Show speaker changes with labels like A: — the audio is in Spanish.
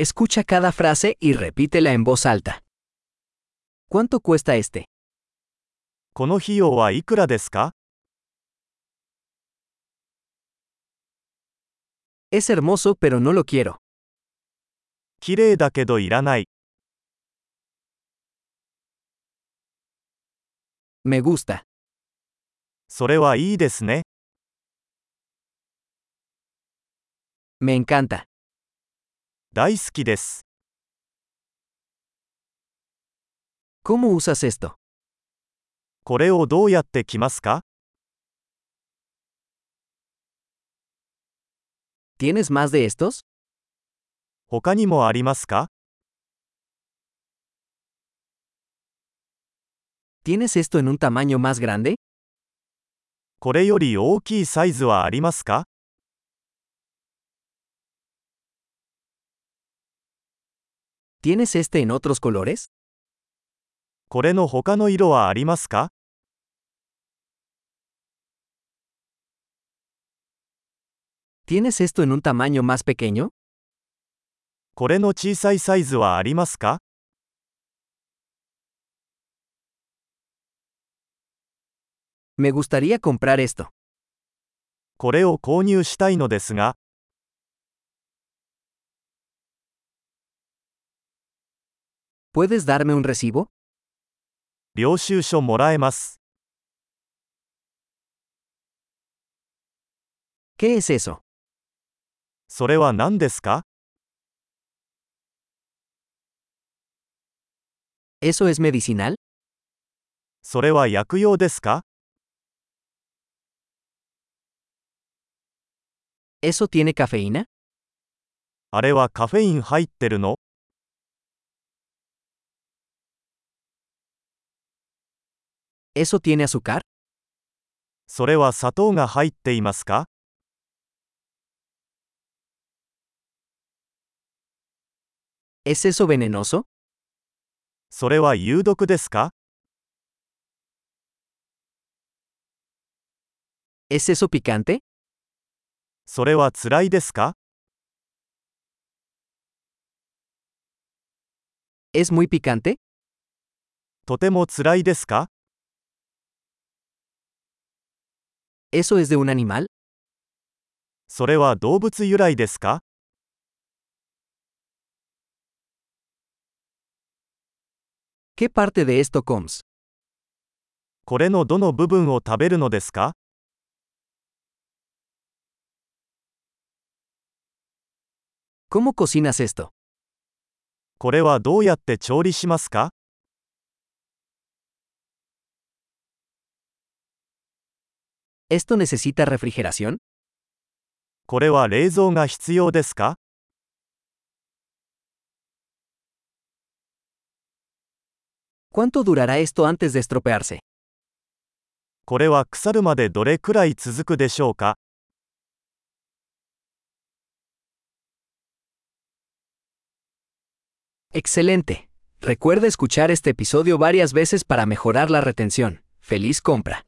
A: Escucha cada frase y repítela en voz alta. ¿Cuánto cuesta este?
B: この費用はいくらですか
A: Es hermoso pero no lo quiero.
B: 綺麗だけどいらない。
A: Me gusta.
B: それはいいですね。
A: Me encanta.
B: 大好きです。
A: ¿Cómo usas esto?
B: これをどうやって着ますか
A: ¿Tienes más de estos?
B: 他にもありますか
A: ¿Tienes esto en un tamaño más grande?
B: これより大きいサイズはありますか
A: ¿Tienes este en otros colores?
B: これの他の色はありますか
A: ¿Tienes esto en un tamaño más pequeño?
B: これの小さいサイズはありますか
A: Me gustaría comprar esto.
B: これを購入したいのですが、
A: ¿Puedes darme un recibo?
B: 領収書もらえます。
A: ¿Qué es eso?
B: それは何ですか
A: ¿Eso es medicinal?
B: それは薬用ですか
A: ¿Eso tiene cafeína?
B: あれはカフェイン入ってるの
A: ¿Eso tiene azúcar?
B: それは砂糖が入っていますか
A: ¿Es eso venenoso?
B: それは有毒ですか
A: ¿Es eso picante?
B: それは辛いですか
A: ¿Es muy picante?
B: とても辛いですか
A: ¿Eso es de un animal?
B: それは動物由来ですか
A: ¿Qué parte de esto comes?
B: これのどの部分を食べるのですか
A: ¿Cómo cocinas esto?
B: これはどうやって調理しますか
A: ¿Esto necesita refrigeración?
B: これは冷蔵が必要ですか
A: ¿Cuánto durará esto antes de estropearse?
B: これは腐るまでどれくらい続くでしょうか
A: Excelente. Recuerda escuchar este episodio varias veces para mejorar la retención. ¡Feliz compra!